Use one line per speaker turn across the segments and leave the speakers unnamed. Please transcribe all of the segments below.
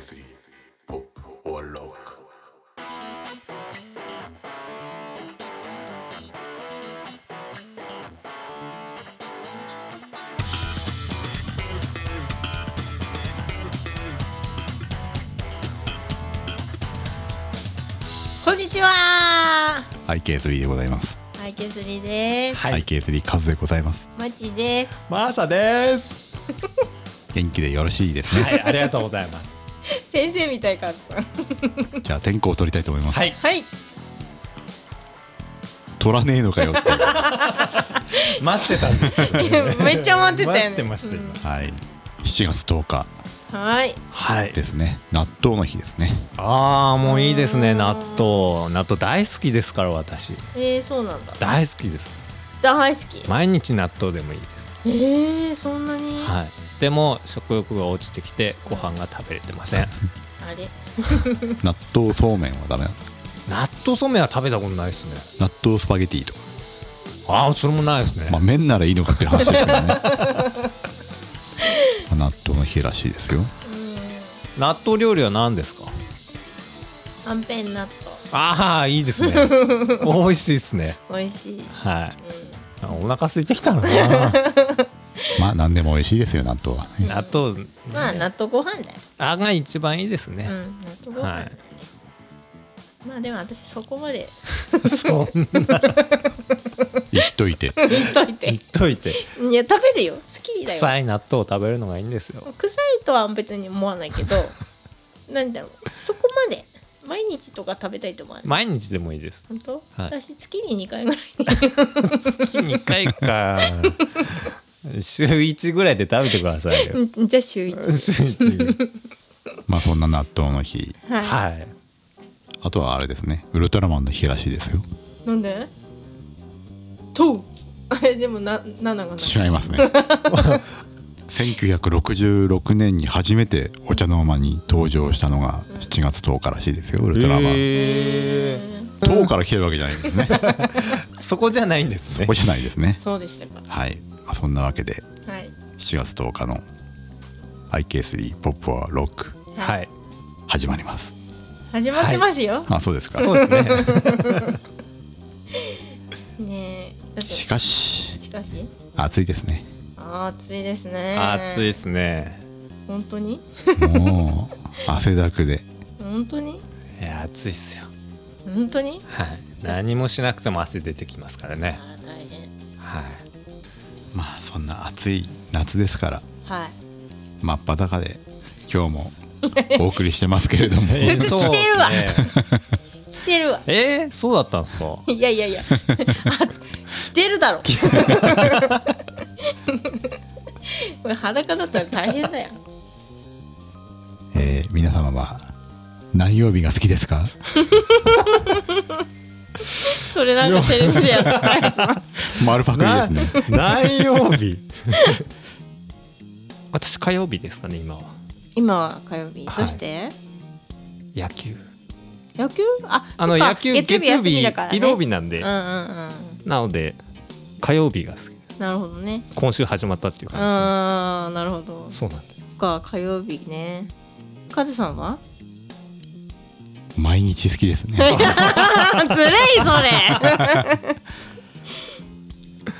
IK3 ポップオアロック
こんにちは
IK3 でございます
IK3 です
はい、
IK3 カズでございます
マッチーです
マーサです。
元気でよろしいですね、
はい、ありがとうございます。
先生みたいカズさん
じゃあ天候を取りたいと思います、
はい、
はい
取らねえのかよって いう
待ってたんです。
めっちゃ待ってたよね
待ってました今。
はい7月10日
はい
はい
で。すね納豆の日ですね
ああ、もういいですね。納豆、納豆大好きですから私。
えー、そうなんだ
大好きです。
大好き
毎日納豆でもいいです。
えー、そんなに、
はい。でも食欲が落ちてきてご飯が食べれてませ ん。
あれ
納豆そうめんはダメなんです
納豆そうめんは食べたことないですね。
納豆スパゲティとか
ああ、それもないですね。
まあ麺ならいいのかっていう話ですけど ねまあ納豆の日らしいですよ
納豆料理は何ですか。
はんぺん納
ああ、いいですね。 美味しいですね。
豆美味しい
はい。あお腹空いてき たのかな。
まあ何でも美味しいですよ納豆はね
納豆。
まあ納豆ご飯だよ
あが一番いいですね
う。ん納豆ご飯だ
は
ね、まあでも私そこまで
い。そん
言っといて
言っといて
言っといて。
いや食べるよ好きだよ
臭い納豆を食べるのがいいんですよ。
臭いとは別に思わないけどなんだろうそこまで毎日とか食べたいと思わない、
毎日でもいいです。
本当、
はい
私月に2回ぐらい
月2回 か。週1ぐらいで食べてくださいよ。
うんじゃあ週1
週1。
まあそんな納豆の日
はい、
はい。
あとはあれですねウルトラマンの日らしいですよ
なんでとあれでもな7がない
違いますね 1966年に初めてお茶の間に登場したのが7月10日らしいですよウルトラマン、
え
10から来てるわけじゃないんですね
ー、そこじゃないんです
そ
ね
こ。じゃないですね
そうでしたか
はい、まあ、そんなわけで
はい
7月10日の IK3 ポップはロック
はい。
始まります
始まってますよ、
あそうですか
そうですね。
ねえだって
し
し
かし
かし
暑いですね
あー暑いですね
暑いですね。
本当に
もう汗だくで
本当に
いや、暑いっすよ。
本当に
はい。何もしなくても汗出てきますからね。
あー大変
はい。
まあそんな暑い夏ですから
はい
真っ裸で今日もお送りしてますけれども
えーそうっすね。
来てるわ
えー、そうだったんですか。
いやいやい やあ着てるだろこれ裸だったら大変だよ
えー皆様は何曜日が好きですか
それなんかテレビでやってたやつな
丸パクリですね
な何曜日 私火曜日ですかね今は
今は火曜日、
はい
どうして
野球
野球あ
あの
そっか
野球
月曜日休みだから、ね、
移動日なん
う
で、
んうんうん
なので火曜日が好き
なるほどね
今週始まったっていう感じですね
あーなるほどそ
そうなんです
っか火曜日ねカズさん は
毎日好きです ね
ずるいそれ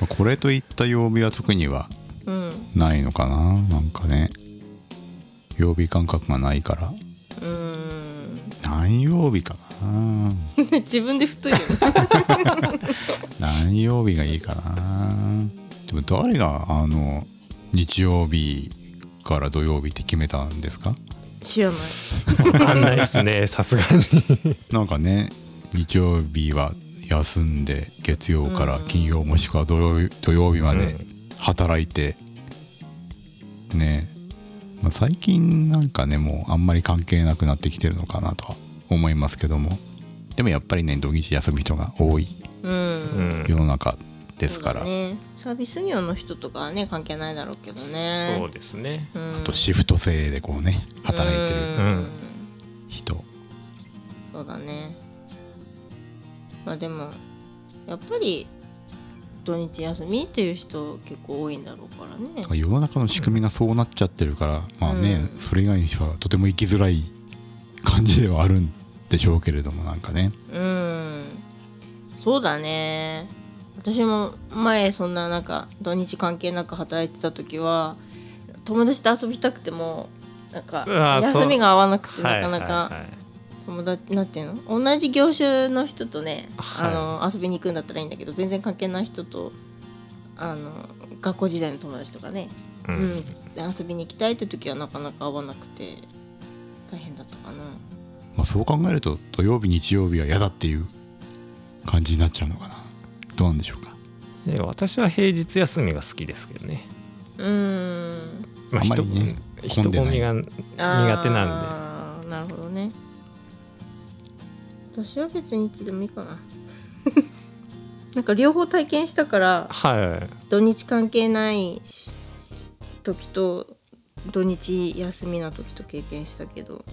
これといった曜日は特には
うん
ないのかななんかね曜日感覚がないから
うーん
何曜日かな
自分で 太いよね
何曜日がいいかなでも誰があの日曜日から土曜日って決めたんですか
知らない
わかんないです ねさすがに
なんかね日曜日は休んで月曜から金曜もしくは土曜日土曜日まで働いて、ねまあ最近なんかねもうあんまり関係なくなってきてるのかなとは思いますけどもでもやっぱりね土日休む人が多い
うん
うん
世の中です
そう
か
だ
ら、
ね、サービス業の人とかはね関係ないだろうけどね
そうですね
あとシフト制でこうね働いて
う
う
る
ん
人
そうだねまあでもやっぱり土日休みっていう人結構多いんだろうからね
世の中の仕組みがそうなっちゃってるから、まあね、
う
それ以外の人はとても生きづらい感じではあるんでしょうけれどもなんかね
うんそうだね私も前そんななんか土日関係なく働いてた時は友達と遊びたくてもなんか
うわーそう
休みが合わなくて
は
ないかな
はい
か
はい
友達なんていうの同じ業種の人とね、
はい
あの遊びに行くんだったらいいんだけど全然関係ない人とあの学校時代の友達とかね、
うん
うん遊びに行きたいって時はなかなか合わなくて大変だったかな。
まあ、そう考えると土曜日日曜日は嫌だっていう感じになっちゃうのかなどうなんでしょうか
で私は平日休みが好きですけどね、
うーん
まあ、
あんま
人
りね
人混みが苦手なんで
あーなるほどね私は別にいつでもいいかな なんか両方体験したから
はい
土日関係ないし時と土日休みな時と経験したけど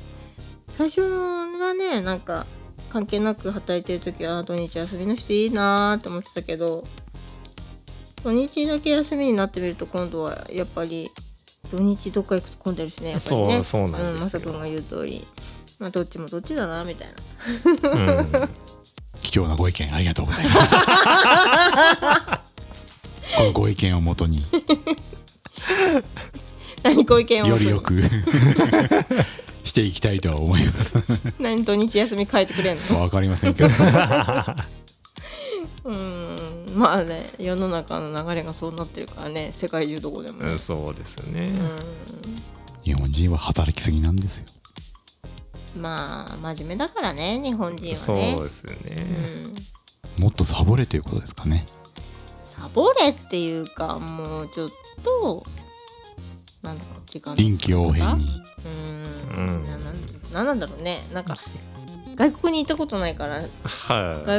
最初はねなんか関係なく働いてる時はあー土日休みの人いいなーって思ってたけど土日だけ休みになってみると今度はやっぱり土日どっか行くと混んでるしねやっぱりね
そうそうなんですよ
まさくんが言う通りまあどっちもどっちだなみたいな
う
貴重なご意見ありがとうございますこのご意見をもとに
何ご意見を
よりよくしていきたいとは思います
何土日休み変えてくれんの
わかりませんけど
うーんまあね世の中の流れがそうなってるからね世界中どこで もね、
ん、そうですね、
日本人は働きすぎなんですよ
まあ真面目だからね日本人はね
そうですね、
うん
もっとサボれということですかね
サボれっていうかもうちょっとなんだろう時間の
臨機応変に
う
う
ーん
ん
ななんなんなんだろうねなんか外国に行ったことないから
はい、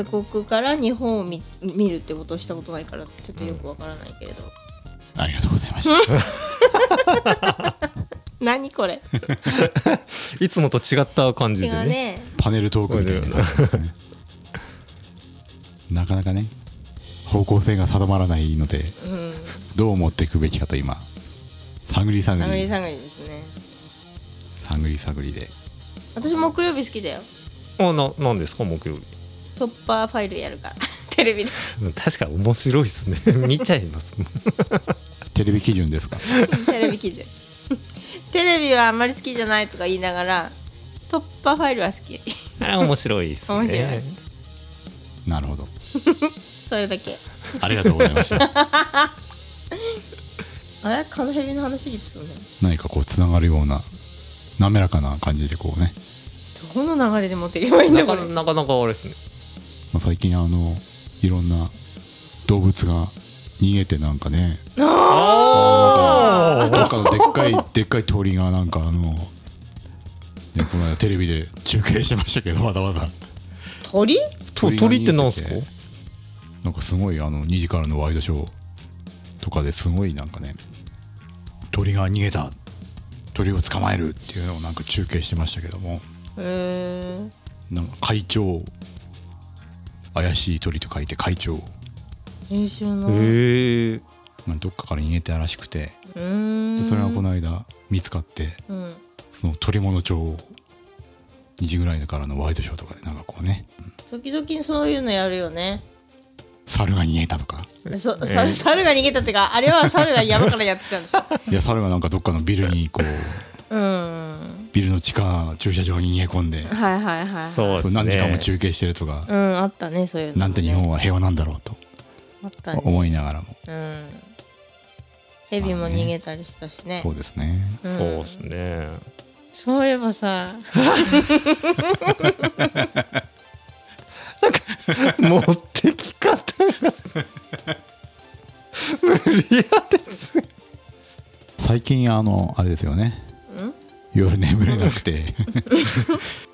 外国から日本を見見るってことをしたことないからちょっとよくわからないけれど、
ありがとうございました
何これ
いつもと違った感じ
違
で
う
ね
ね
パネルトークみたいな感じですねなかなかね方向性が定まらないので
うん
どう持っていくべきかと今探り探
探り
り
探りですね
探り探りで
私木曜日好きだよ
あななんですか木曜日
トッパーファイルやるから テレビで
確かに面白いですね 見ちゃいますもん
テレビ基準ですか
テレビ記事 テレビはあんまり好きじゃないとか言いながらトッパーファイルは好き
あれ面白いですね
面白い
なるほど
それだけ
ありがとうござい ました
あれカノヘビの話いつすんの
何かこうつながるような滑らかな感じでこうね、
どこの流れで持っていけばいいん
な
だこ
か
れ
なかなかあれですね
まあ、最近あのいろんな動物が逃げてなんかね
あ
どっかのでっかいでっかい鳥がなんかあの、ね、この間テレビで中継してましたけどまだまだ
鳥
と
が逃げ
鳥ってなんすか
なんかすごいあの2時からのワイドショーとかですごいなんかね鳥が逃げた鳥を捕まえるっていうのをなんか中継してましたけども
えー、
なんか会長怪しい鳥と書いて会長
優秀な、
へえ
まあどっかから逃げてたらしくて
うーん
でそれがこの間見つかって
うん
その鳥物町を2時ぐらいからのワイドショーとかでなんかこうね
時々そういうのやるよね
猿が逃げたと か
そ、猿猿が逃げたってかあれは猿が山からやってきたんでしょ
いや猿がなんかどっかのビルにこ う
うん
ビルの地下駐車場に逃げ込んで
はいはいはい
そうです
そう
ね
何時間も中継してるとか、
うんあったねそういうの、ね、
なんて日本は平和なんだろうと
あったね
思いながらも、
うん。ヘビも逃げたりしたしね。
そうですね
うん
そうですね
そういえばさ、
持ってき方が無理やです
最近あのあれですよね夜眠れなく て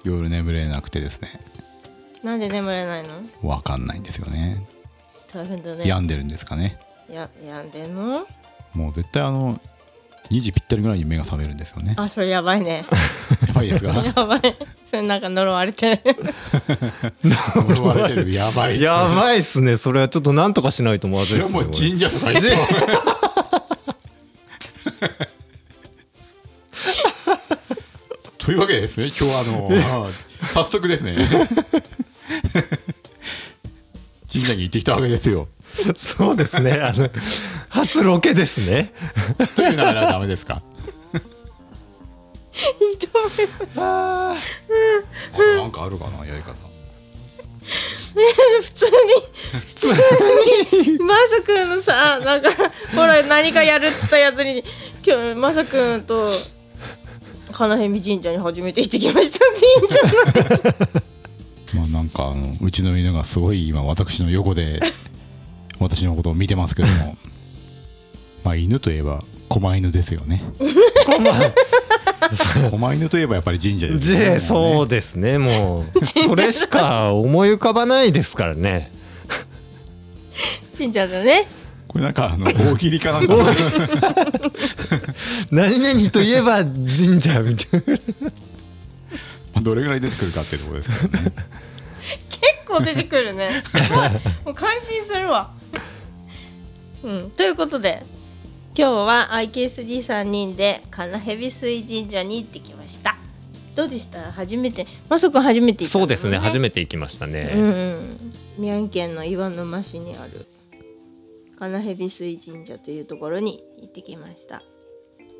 夜眠れなくてですね
なんで眠れないの？
わかんないんですよね
大変だね。
病んでるんですかね
や病んでんの？
もう絶対あの2時ぴったりぐらいに目が覚めるんですよね
あ、それやばいね。
やばいですか
やばい。それなんか呪われ てる
呪われてるやばいっすね
やばいっすねそれはちょっとなんとかしないとまずい
い
っ
や
すね
もう
これ
神社とか行 ってというわけでですね今日はあ の早速ですね 神社に行ってきたわけですよ。
そうですねあの初ロケですね
というならダメですか
ひどい
あと なんかあるかなやり方
普通に普通にまさくんのさなんかほら何かやるっつったやつに今日まさくんと花辺神社に初めて行ってきましたっていいんじゃない
まあなんかあのうちの犬がすごい今私の横で私のことを見てますけどもまあ犬といえば狛犬ですよね狛犬といえばやっぱり神社です よねもうね
でそうですねも うそれしか思い浮かばないですからね
神社だね
これなんかあの大喜利かなんか
何々といえば神社みたいな
どれぐらい出てくるかっていうところですけどね
結構出てくる ねもう感心するわうんということで今日は IK3 人で金蛇水神社に行ってきましたどうでした初めてまさくん初めて行ったんだよ
そうですね初めて行きましたね、
うんうん、宮城県の岩沼市にある金蛇水神社というところに行ってきました。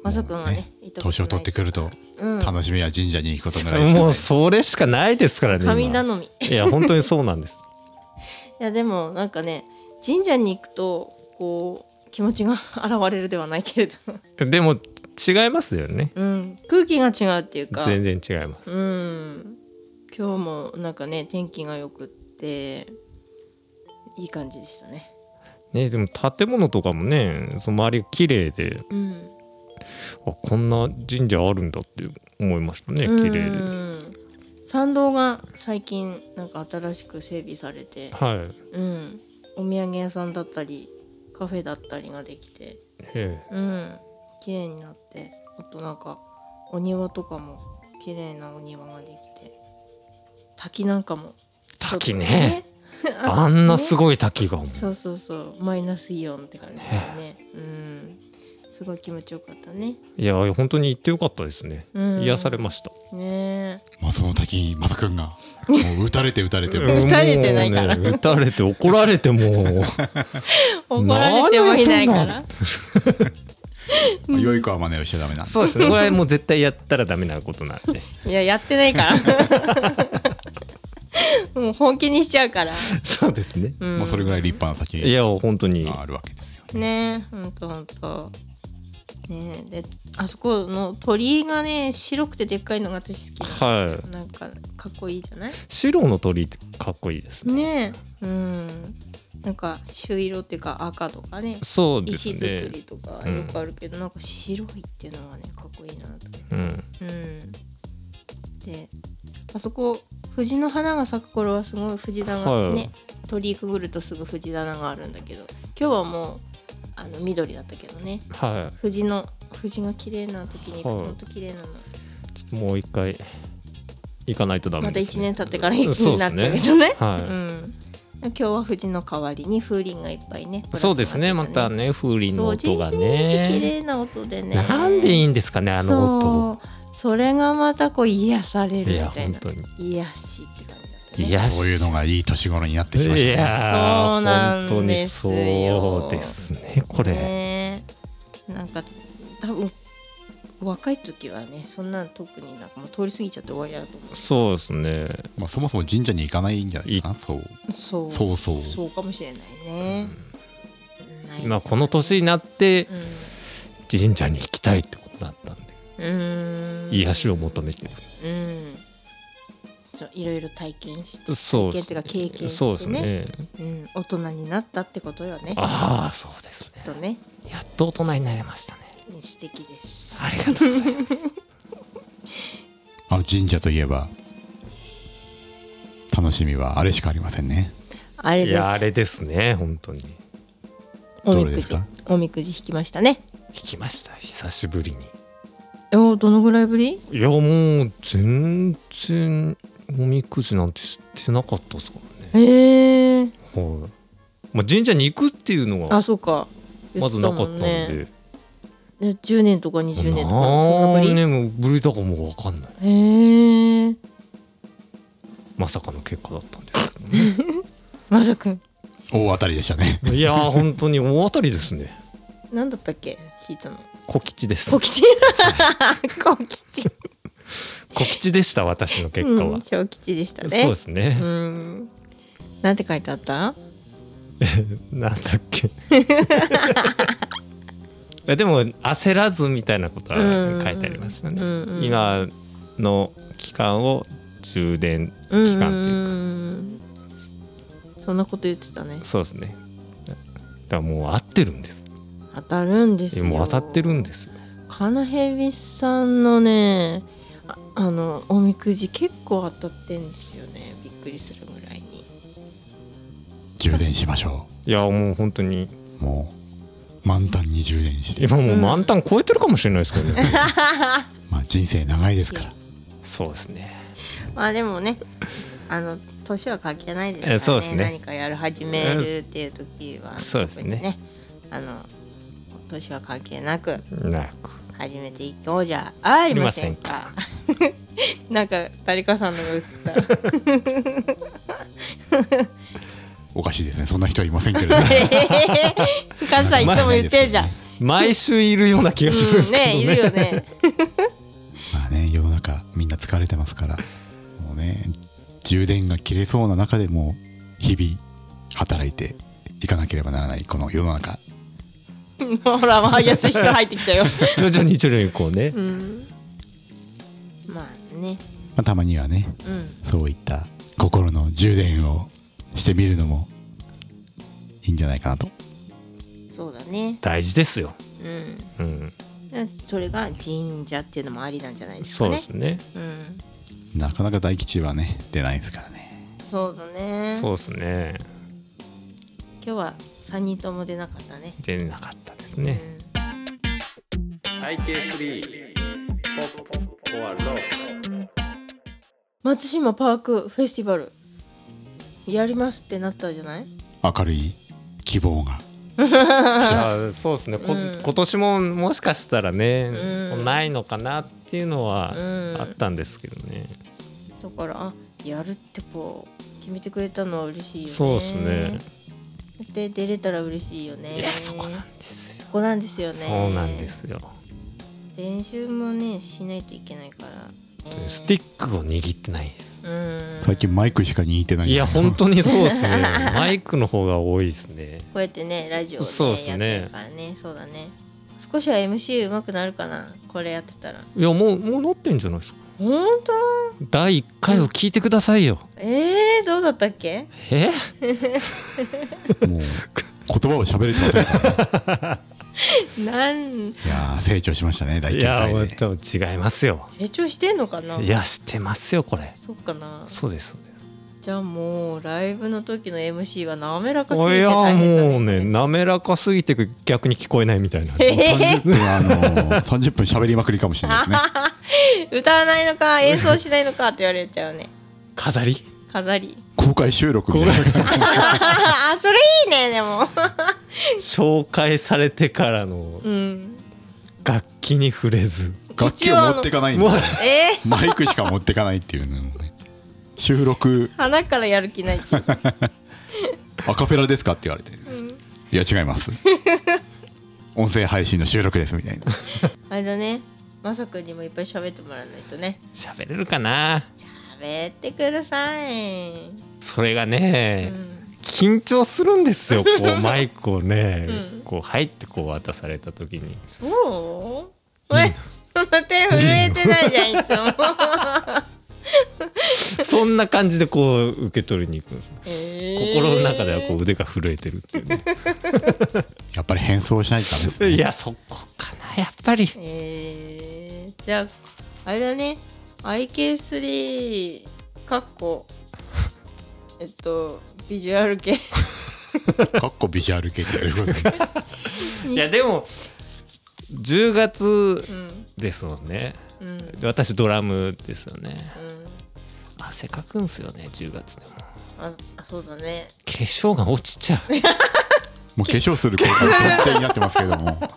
まさくんはね、行ったことない
年を取ってくると
うん
楽しみは神社に行くことぐらいしか
も
な
う
い
それしかないですからね今
神頼み。い
いや本当にそうなんです
やでもなんかね、神社に行くとこう気持ちが 現れるではないけれど、
でも違いますよね
うん、空気が違うっていうか、
全然違います
うん、今日もなんかね天気が良くっていい感じでしたね。
ねでも建物とかもねその周りが綺麗で
うん。
あこんな神社あるんだって思いましたね
うん
綺麗で
参道が最近なんか新しく整備されて、
はい
うん、お土産屋さんだったりカフェだったりができて、
え
うん、綺麗になってあとなんかお庭とかも綺麗なお庭ができて滝なんかも
え滝ねあんなすごい滝がもう
そうそうそうマイナスイオンって感じだね、うん、すごい気持ちよかったね
いや本当に行ってよかったですね
うん
癒されま した
ね
まあその滝またくんがもう打たれて打たれてもう
打たれてないから
もうね打たれて怒られても
え怒られてもいないか
何や
ら
っ
まあ良い子は真似をしちゃダメなんで
そうですねこれもう絶対やったらダメなことなんで
いややってないからもう本気にしちゃうから
そうですね
もうそれぐらい立派な滝
いや本当に
があるわけですよね
ねえほんとほんとねえであそこの鳥居がね白くてでっかいのが私好き
は
なんかかっこいいじゃない
い白の鳥ってかっこいいですね
ねえうんなんか朱色っていうか赤とかね
そうです
石
ね
造りとか
うん
よくあるけど、なんか白いっていうのがねかっこいいなと思って
うん
うんであそこ藤の花が咲く頃はすごい藤棚、
はい
ね鳥居くぐるとすぐ藤棚があるんだけど今日はもうあの緑だったけどね
は
藤の藤が綺麗な時に行くと
はい
ほんと綺麗なの、
いちょっともう一回行かないとダ
ま
メ
た
です、
1年
ね、
経ってから
うん
一気になっちゃうけどね
そうですねはい
うん、今日は藤の代わりに風鈴がいっぱいね
そうですねまたね風鈴の音が
そうジンジンって綺
ね
麗な音でね
なんでいいんですかねあの音
そうそれがまたこう癒されるみ
いや
たいな
本当に
癒しって感じだったね
いや
そういうのがいい年頃になってきま
い
したね
やー
そうなんですよ
本当にそうですねこれ、
ねえなんか多分若い時はねそんな特になんかもう通り過ぎちゃって終わりだと思
そうですね
まあそもそも神社に行かないんじゃないかなそう
うそう
そうそう
そうかもしれないね、ない
今この年になって
うん
神社に行きたいってことだったんで
うーん
癒しを求めてる
うんそういろいろ体験して
そう
体験っていうか経験してね
そうですね
うん、大人になったってことよね
ああそうですね
とね
やっと大人になれましたね
素敵です
ありがとうございます
あの神社といえば楽しみはあれしかありませんね
あれ
い
です
やあれですね本当に引
おみ
どれ
く
です
じ
か
おみくじ引きましたね
きました久しぶりに
えおどのぐらいぶり
いやもう全然おみくじなんて知ってなかったですからね、
えー、
はいまあ、神社に行くっていうの
あ
が
そうか
まずなかったんで、
で10年とか20年とかそんなぶり
何年もぶりだかもう分かんない
へえー、
まさかの結果だったんですけどね
まさくん
大当たりでしたね
いやー本当に大当たりですね
何だったっけ聞いた の
小吉です
小吉小吉
小吉でした私の結果
う
は
ん、、小吉でしたね
そうですね、
うんなんて書いてあった
なんだっ けいやでも焦らずみたいなことは書いてありましたね、
うんうんうん
今の期間を充電期間っていうか、
うんそんなこと言ってたね
そうですねだからもう合ってるんです
当たるんですよ
もう当たってるんですよ
カナヘビさんのねああのおみくじ結構当たってんですよねびっくりするぐらいに
充電しましょ
いやもう本当に
うもう満タンに充電して
今もう満タン超えてるかもしれないですけどね、
まあ人生長いですから
そうですね
まあでもねあの年は関係ないですから
え
ね
そうですね
何かやる始めるっていう時は、
そうですね
特にあの年は関係なく
なく
始めていこうじゃありませんか なんか誰かさんのが映った
おかしいですねそんな人はいませんけ れども
関西いつも言ってるじゃん、
毎週いるような気がするんで
う
す
ん
けどね,、
ねいるよね
まあね世の中みんな疲れてますからもうね充電が切れそうな中でも日々働いていかなければならないこの世の中
ほらまあ安い人入ってきたよ、
徐々に徐々にこうね、
うん、まあね
まあ、たまにはね
うん
そういった心の充電をしてみるのもいいんじゃないかなと
そうだね
大事ですよ、
うん
うん、
それが神社っていうのもありなんじゃないですか
そう
ね
ですね
うん
なかなか大吉はね出ないですからね
そうだね
そうですね
今日は3人とも出なかったね
出なかったですね。IK3 ポップコアロ
松島パークフェスティバルやりますってなったじゃない
明るい希望 が
そうですね。こ
うん
今年ももしかしたらね、
うん
ないのかなっていうのは
うん
あったんですけどね。
だからあやるってこう決めてくれたのは嬉しいよね
そうですね。
で出れたら嬉しいよね
いやそこなんですよ。
そこなんですよね
そうなんですよ。
練習もねしないといけないから、
スティックを握ってないです。
うん
最近マイクしか握ってない
いや本
当
当にそうですね。 マイクの方が多いですね。
こうやってねラジオをね
そうっすね
やってるからねそうだね少しは MC 上手くなるかなこれやってたら
いやもうもうなってんじゃないですか。
本当
第一回を聞いてくださいよ。
えー、どうだったっけ
え？
もう言葉を喋れてません から
なん
いやー成長しましたね大
い
吉
や
会
もう
で
多分違いますよ。
成長してんのかない
やしてますよこれ。
そっかな
そうですそうです。
じゃあもうライブの時の MC は滑らかすぎ
お
て
や
大変だね
もうね滑らかすぎて逆に聞こえないみたいな。
30分あのー、30分喋りまくりかもしれないです ね
歌わないのか演奏しないのかって言われちゃうね
飾り？
飾り
公開収録みたいな
あそれいいねでも
紹介されてからの
うん
楽器に触れず。
楽器を持ってかないんだ
もう
えー
マイクしか持ってかないっていうのもね収録
鼻からやる気ないって
アカペラですかって言われて、いや違います 音声配信の収録ですみたいな
あれだねまさくんにもいっぱい喋ってもらわないとね
喋れるかな。
喋ってください、
それがね
う。
緊張するんですよこうマイクをね、
うん
こう入ってこう渡された時に
そうえ、そんな手震えてないじゃんいつも
そんな感じでこう受け取りに行くんですよ、心
心
の中ではこう腕が震えてるっていうね、
やっぱり変装しないとダメですね
いやそこかなやっぱり
えー、じゃああれだね IK3 かっこえっとビジュアル系
かっこビジュアル系ってどういうこと
いやでも10月
うん
ですもんね
うんうん
私ドラムですよね汗かくんすよね10月でも化
ああそうだね
粧が落ちちゃう
もう化粧する効果絶対になってますけども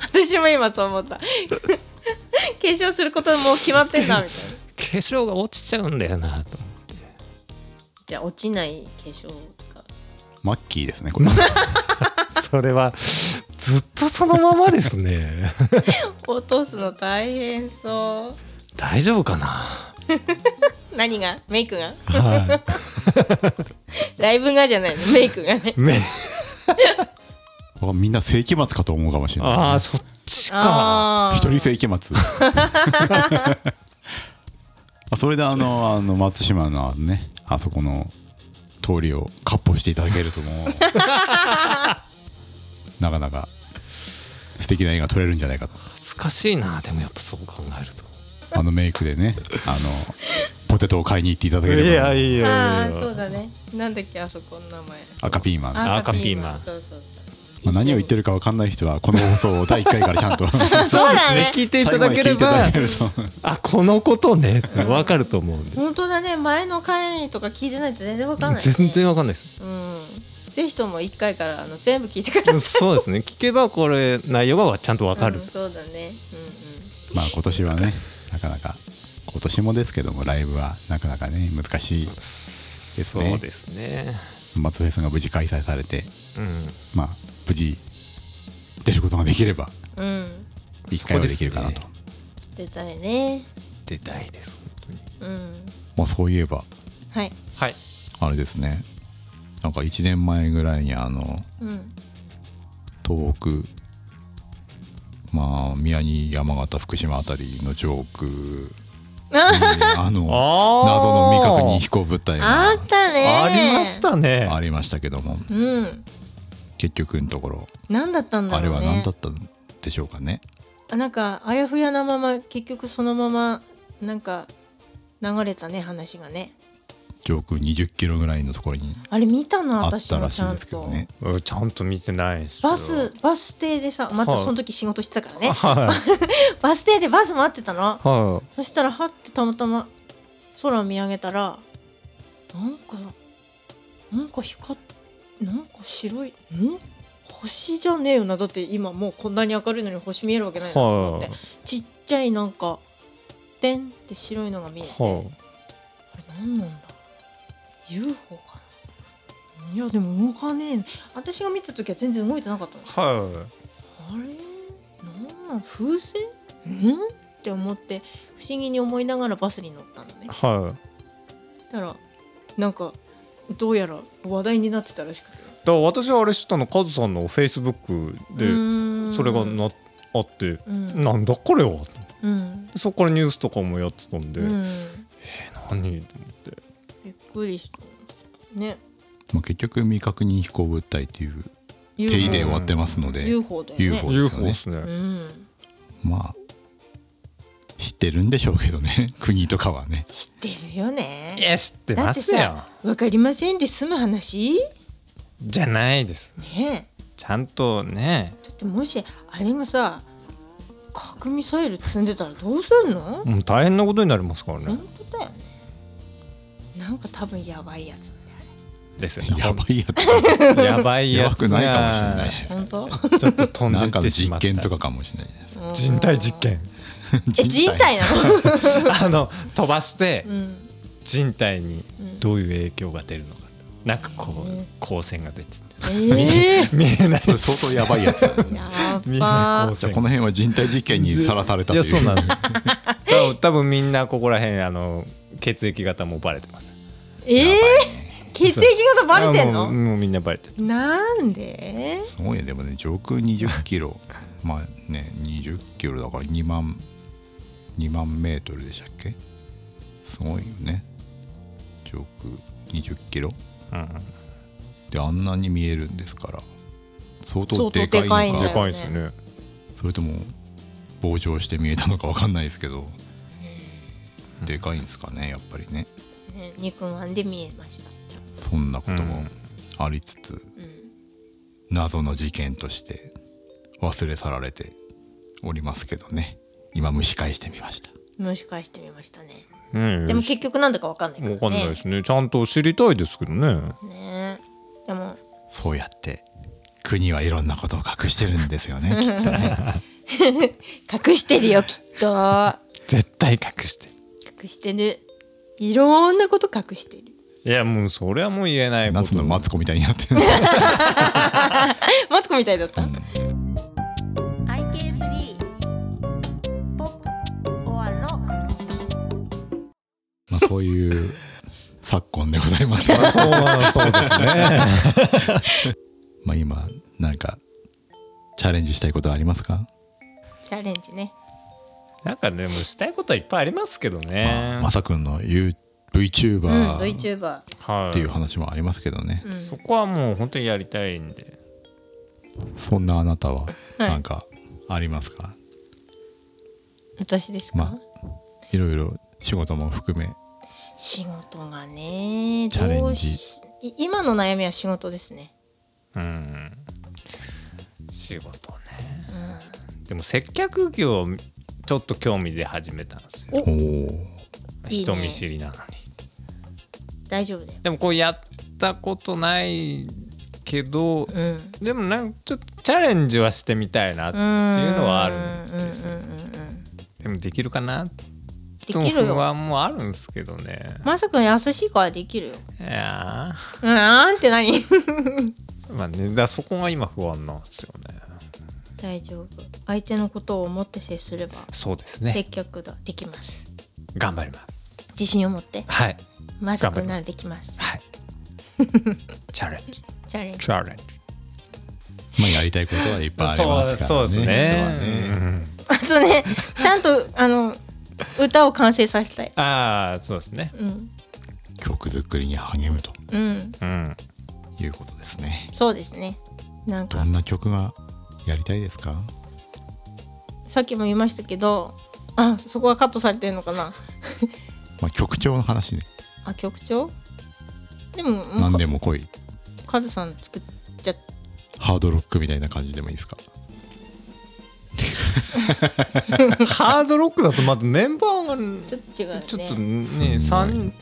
私も今そう思った 化粧することもう決まってんだみたいな
化粧が落ちちゃうんだよなと
じゃあ落ちない化粧が
マッキーですねこれ
それはずっとそのままです ね
落とすの大変そ
大丈夫かな
う何がメイクが
は
ライブがじゃないのメイクがね
いめ
あみんな世紀末かと思うかもしれない
ああそっちか
ああ
一人世紀 末あそれであのあの松島のあのねあそこの通りをカッ歩していただけると もうなかなか素敵な映画撮れるんじゃないかと
懐かしいなでもやっぱそう考えると
あのメイクでねあのポテトを買いに行っていただければ
い
ああそうだねなんだっけあそこの名前
赤ピーマン、ま
赤ピーマン
そうそう
あ、何を言ってるか分かんない人はこの放送を第1回からちゃんと
そうそうだね
聞いていた
最後
だ
まで
け
聞
れ
いていた
ば
だけると
あこのことねってわかると思うんで
本当だね前の回とか聞いてないと全然わかんない、ね、
全然わかんないです
うんぜひとも1回からあの全部聞いてください
そうですね聞けばこれ内容がちゃんとわかる
うん、そうだねうん
まあ今年はねなかなか今年もですけどもライブはなかなかね難しい
そう
ね
ですね
松フェスが無事開催されて
うん
まあ無事出ることができれば
うんうん
一回はできるかなと
そ
出たいね
出たいです本当に
うん
まあそういえば
はい
はい
あれですねなんか1年前ぐらいにあの
うん
東北まあ宮城山形福島あたりの上空に あの
あー
謎の未確認飛行物体 が
あったね
ありましたね
ありましたけども
うん
結局のところ
何だったんだ
あれ
ろうね
は何だったんでしょうかね
あなんかあやふやなまま結局そのままなんか流れたね話がね
上空20キロぐらいのところに
あれ見たの
あっ
私
た
も
らし
ち
い
ゃ
で
ん
すけど
と、
ね
うんちゃんと見てないですよ
バスバス停でさまたその時仕事してたからね
は い
バス停でバス待ってたの
は
そしたらはってたまたま空を見上げたらなんかなんか光っなんか白いん星じゃねえよなだって今もうこんなに明るいのに星見えるわけないなと思って
は
ちっちゃいなんかでんって白いのが見えて
いは
あれ何なんだ UFO かないやでも動かねえ私が見た時は全然動いてなかったの
いは
あれなんなん風船んって思って不思議に思いながらバスに乗ったのね
いはい
そしたらなんかどうやら話題になってたらしくて
だから私はあれ知ったのカズさんのフェイスブックでそれが
うん
なあって、
うん
なんだこれは
うん、
そこからニュースとかもやってたんで、
うん、
何と思って
びっくりしたね
まあ結局未確認飛行物体っていう
UFO,
定位で終わってますので
UFO だよね
UFO そうですよ
UFO
ね
ですね、
うん、
まあ知ってるんでしょうけどね 国とかはね
知ってるよね
いや知って
だ
ま
って
すよ
さ分かりませんで済む話
じゃないです
ねえ
ちゃんとね
だってもしあれがさ核ミサイル積んでたらどうすんの
もう大変なことになりますからね
本当だよねなんか多分やばいやつ
ですよね
やばいや
やばい
つや
や
ば
つ
くないかもし
本当
れないちょっと飛
れ
ん
ない
で
なんか
っ
の
て
実
しまった
験とかかもしれないです
人体実験
え人体な の
あの飛ばして
うん
人体にどういう影響が出るのかなんかこう光線が出て
え
見えない
それ相当やばいやつだよ
ー、
ね
や
見
っ
えない
ば
じゃあ
光線
この辺は人体実験にさらされた
い
とい
や
う
そうなんですよ多分多分みんなここら辺あの血液型もバレてます
えー、血液型バレてん
あもう
の
もうみんなバレてる
なんです
ごいねでもね上空20キロまあね20キロだから2万2万メートルでしたっけすごいよね上空20キロ
うん
であんなに見えるんですから相
相
当
当
でかいのか
でかいんだよ
でかいですよね
それとも膨張して見えたのかわかんないですけどでかいんですかねやっぱりね
ね肉眼で見えましたちょっ
そんなこともありつつ、
とうん
謎の事件として忘れ去られておりますけどね今蒸し返してみました
蒸し返してみましたね
うん
でも結局なんだかわかんないからね
わかんないですねちゃんと知りたいですけどね
ねでも
そうやって国はいろんなことを隠してるんですよねきっとね
隠してるよきっ と
絶対隠して
隠してるいろんなこと隠してる
いやもうそれはもう言えないこと
夏のマツコみたいになってる
マツコみたいだった
IK3 Pop or Rock
まあそういう昨今でござい ます
あそうそうです ね
まあ今なんかチャレンジしたいことはありますか、
チャレンジね
なんかでもしたいことはいっぱいありますけどね、
まあ、まさくんの
う
You
ん
VTuber
VTuber
はい
っていう話もありますけどね、
そこはもう本当にやりたいんで
そんなあなたはなんかありますか、
私ですか、
まいろいろ仕事も含め
仕事がね
チャレンジ
どうしい今の悩みは仕事ですね
うん仕事ね、でも接客業ちょっと興味で始めたんですよ
おー
いいね
人見知りなのに
大丈夫だよ
でもこうやったことないけど、
うん
でもなんかちょっとチャレンジはしてみたいなっていうのはあるんですよでもできるかな
で
とも
きる
不
よ
安もあるんですけどね
まさくん優しいからできるよ
いや
うーんって何
ーまあねだからそこが今不安なんですよね
大丈夫相手のことを思って接すれば
そうです
接
ね
客ができます
頑張ります
自信を持って
はい
まさく
頑張り
ん
ます
ならできます
はいチャレンジ
チャレンジ
チャレンジ
まあやりたいことはいっぱいありますか
そ
ら
う
ね
そうですね
人はね
あとねちゃんとあの歌を完成させたい
ああそうですね
うん
曲作りに励むと
うん
うん
いうことですね
そうですねなん
ど
か
んな曲がやりたいですか
さっきも言いましたけどあそこはカットされてるのかな
まあ曲調の話ね
あ曲調でももう
何でも来い
カズさん作っちゃっ
ハードロックみたいな感じでもいいですか
ハードロックだとまずメンバーが
ちょっと違うよね
ちょっとね3人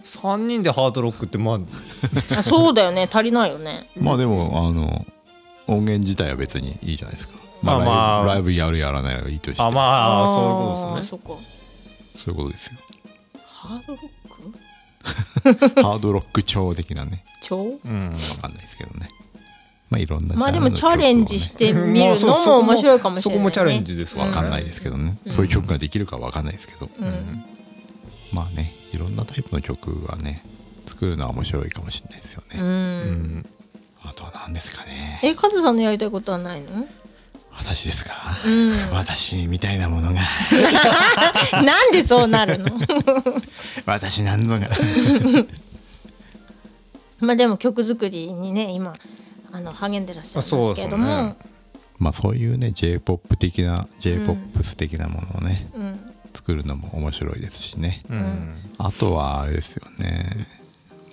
3人でハードロックってまあ
あそうだよね足りないよね
まあでもあの音源自体は別にいいじゃないですかまあラ
まあ
イブ,、
まあ
ライブやるやらないはいいとして
あまあそういうことです
う
ね
ことですね
そういうことですよ
そっかハードロック
ハードロック調的なね
超
う
わ
ん
かんないですけどねまあいろんな
まあでもチャレンジしててみ
まあ
る
そう
の
そ
も
こ
面白いかもしれない、ね、
そこもチャレンジですわ
わかんないですけどね、そういう曲ができるかわかんないですけど、まあねいろんなタイプの曲はね作るのは面白いかもしれないですよね、
うん
あとは何ですかね
えカズさんのやりたいことはないの
私ですか、私みたいなもの が
なんでそうなるの
私なん ぞが
まあでも曲作りにね今あの励んでらっしゃいますけども
そう
まあそういうね j p o p 的な j p o p 素的なものをね、作るのも面白いですしね、あとはあれですよね、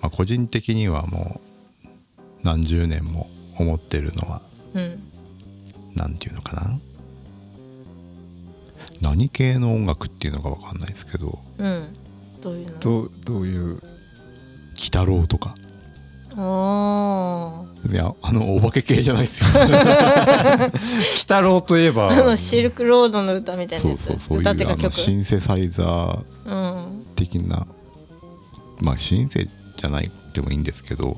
まあ、個人的にはもう何十年も思ってるのは
うん
なんていうのかな何系の音楽っていうのかわかんないですけど
うんどういうの
どうどういう
「鬼太郎」とか
お
いやあのお化け系じゃない ですよ
鬼太郎といえば
ーあのシルクロードの歌みたいな
そう
やつ
そうそういう
歌ってか
あの
曲
シンセサイザー
うん
的なまあシンセじゃないでもいいんですけど、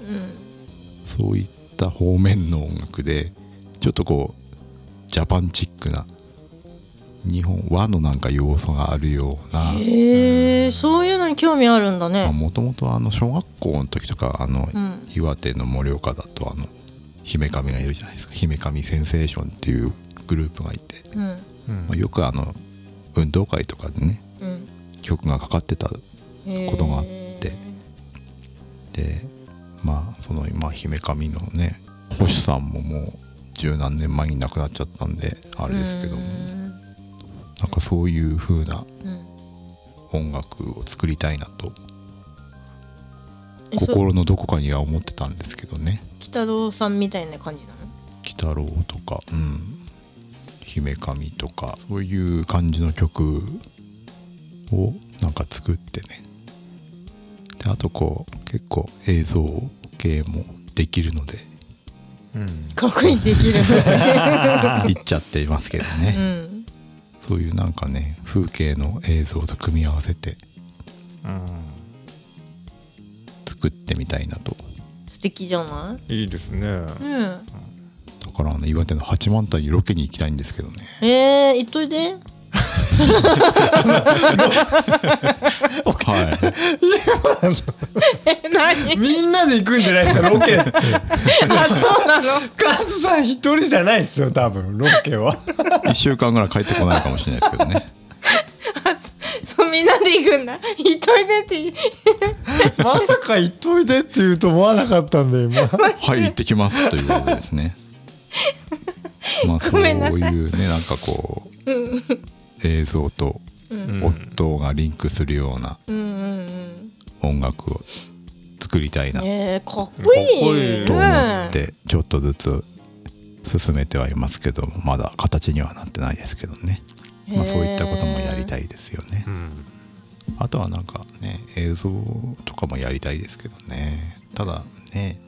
そういった方面の音楽でちょっとこうジャパンチックな日本和のなんか要素があるような。
へえそういうのに興味あるんだね
もともと小学校の時とかあの、
ん
岩手の盛岡だとあの姫神がいるじゃないですか姫神センセーションっていうグループがいて、
うん
まあ、よくあの運動会とかでね
うん
曲がかかってた
へー
ことがあってでまあその今姫神のね星さんももう十何年前に亡くなっちゃったんであれですけども
うん
なんかそういう風な
うん
音楽を作りたいなと
えそう
心のどこかには思ってたんですけどね。
北堂さんみたいな感じなの
鬼太郎とか、うん、姫神とかそういう感じの曲をなんか作ってねであとこう結構映像系もできるので
うん
か っこいいできる
言っちゃってますけど
う
ね、
ん
そういうなんかね風景の映像と組み合わせて
うん
作ってみたいなと
素敵じゃない
いいですね
いうん
だからあの岩手の八幡平にロケに行きたいんですけどね
えー、いっといで
はい
え何
みんなで行くんじゃないですかロ ケって
あそうなの
カズさん一人じゃないですよ多分ロケ は
1週間ぐらい帰ってこないかもしれないですけどね
あそそうみんなで行くんだいっといでって言
まさか行っといでって言うと思わなかったんで 今
はい行ってきますということで すねまあそ
ご
うい
め
うんね
なさい
なんかこう映像と音がリンクするような
ううんうんうん
音楽を作りたいなと
えー、かっこいい
かっこいい
思っ
ね
てちょっとずつ進めてはいますけどまだ形にはなってないですけどね、まあ、そういったこともやりたいですよねあとはなんかね映像とかもやりたいですけどねただね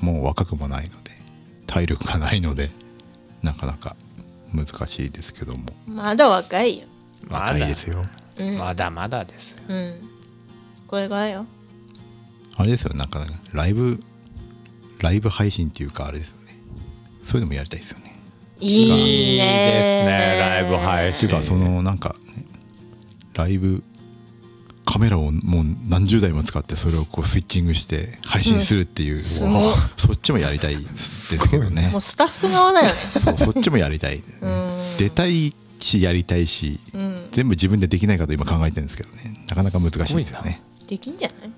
もう若くもないので体力がないのでなかなか難しいですけども
まだ若いよ
若いですよ
うん、
まだまだですよ
うん、これがよ
あれですよなんかライブライブ配信っていうかあれですよねそういうのもやりたいですよね
いいね
ライブ配
って
信
いうかそのなんか、ね、ライブカメラをもう何十台も使ってそれをこうスイッチングして配信するっていう、
ごい
そっちもやりたいですけどね
もうスタッフ側だよね
そうそっちもやりたい、ね、出たいしやりたいし、全部自分でできないかと今考えてるんですけどねなかなか難しいですよね
できんじゃない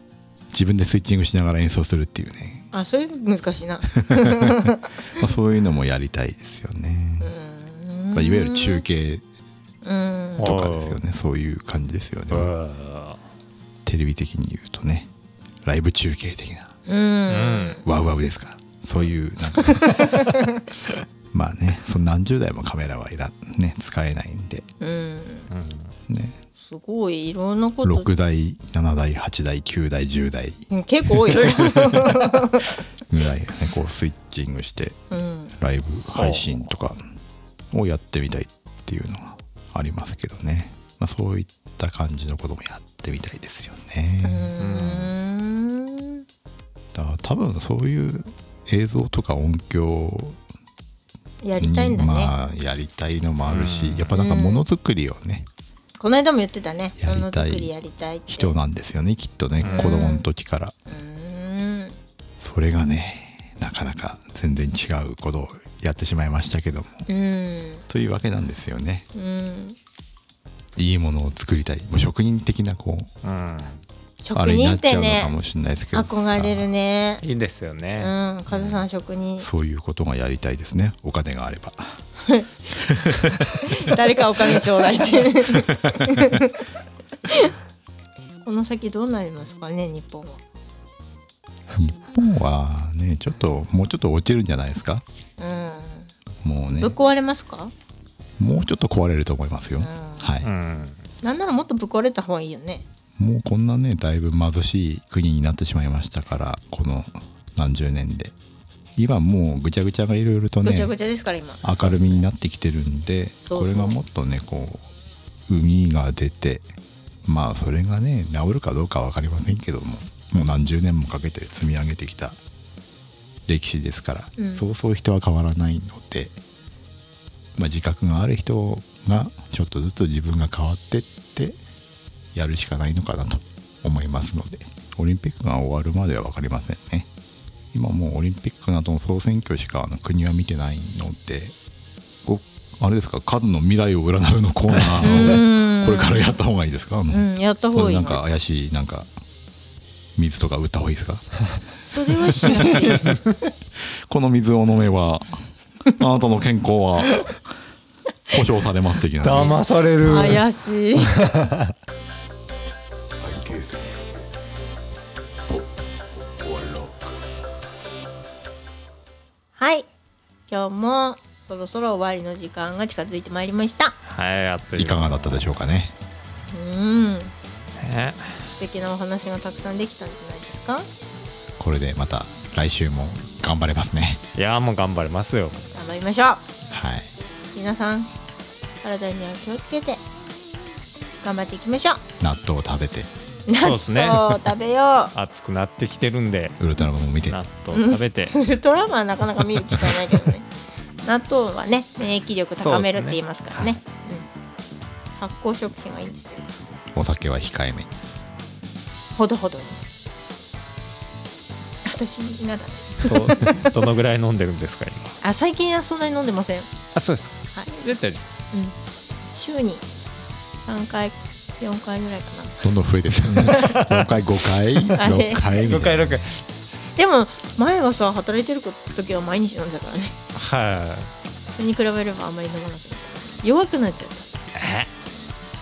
自分でスイッチングしながら演奏するっていうね、
あそれ難し いな
まあ、そういうのもやりたいですよね、まあ、いわゆる中継
うん
とかですよねそういう感じですよね、テレビ的に言うとねライブ中継的な
うん
ワウワウですかそういうなんか まあねその何十台もカメラはいら、ね、使えないんで、
うん
ね、
すごいいろんなこと
6台7台8台9台10台
うん結構多い よ、
ぐらい、ね、こうスイッチングして
うん、
ライブ配信とかをやってみたいっていうのはありますけどね、まあ、そういった感じのこともやってみたいですよね。
うん
だから多分そういう映像とか音響
やりたいんだね、
まあやりたいのもあるし、やっぱなんかものづくりをね、
この間も言ってたね
やりたい
ものづくりやりたいって
人なんですよねきっとね、子供の時から
うん
それがねなかなか全然違うことをやってしまいましたけども
うん
というわけなんですよね
うん
いいものを作りたいもう職人的なこう
うん
あ
職
れに
人
なっ
っ
ち
て
ゃうの
ね
かもしれないですけどさ
憧れるね
いいですよね
うんカズさん職人
そういうことがやりたいですねお金があれば
誰かお金ちょうだいって この先どうなりますかね日本は
日本はねちょっともうちょっと落ちるんじゃないですかもう
う
ね
んぶっ壊れますか
もうちょっと壊れると思いますよ、はい、
うん
なんならもっとぶっ壊れた方がいいよね
もうこんなねだいぶ貧しい国になってしまいましたからこの何十年で今もうぐちゃぐちゃがいろいろとね
ぐちゃぐちゃですから今
明るみになってきてるんで
そうそう
これがもっとねこう海が出てまあそれがね治るかどうかは分かりませんけどももう何十年もかけて積み上げてきた歴史ですから、
うん
そうそう人は変わらないので、まあ、自覚がある人がちょっとずつ自分が変わってってやるしかないのかなと思いますのでオリンピックが終わるまでは分かりませんね今もうオリンピックなどの総選挙しかあの国は見てないのでこうあれですか数の未来を占うのコーナーをこれからやった方がいいですかあの
うんやった方
そ
が
れ
いい
なん
な
か怪しいなんか水とか打った方がいいですか
それはしなくていいです
この水を飲めばあなたの健康は保証されます的な、ね、
騙される
怪し いはい今日もそろそろ終わりの時間が近づいてまいりました
はいあっという
いか
間
がだったでしょうかね
うん
ね
素敵なお話がたくさんできたんじゃないですか
これでまた来週も頑張れますね
い やもう頑張りますよ
頑張りましょう
はい
皆さん体には気をつけて頑張っていきましょう
納豆を食べて
そうですね
納豆を食べよう
暑くなってきてるんで
ウルトラマンも見て
納豆食べて
そ してトラウマはなかなか見る機会ないけどね 納豆はね免疫力高めるって言いますからねうん、発酵食品はいいんですよ
お酒は控えめに
ほどほどに私なんだ
どどのぐらい飲んでるんですか今
あ最近はそんなに飲んでませんはい
あそうです出てる
うん週に3回4回ぐらいかな
どんどん増えてるね4回5
あ
回
れ
6回み
5
た
回
いな
6回
でも前はさ働いてる時は毎日飲んでたからね
は
それに比べればあんまり飲まなくなった弱くなっちゃった
いえ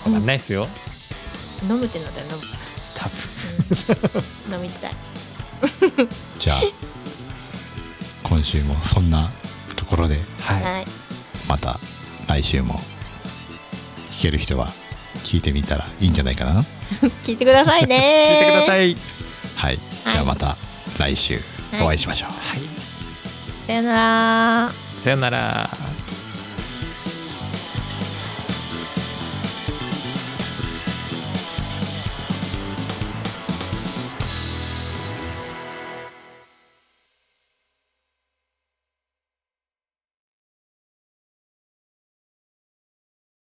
わかんないですよ
飲むってなったら飲む
多分
飲みたい
じゃあ今週もそんなところで
はい
はい
また来週も聞ける人は聞いてみたらいいんじゃないかな
聞いてくださいね
聞いてくだ
い
さい
はい、じゃあまた来週お会いしましょう、
さよなら
さよなら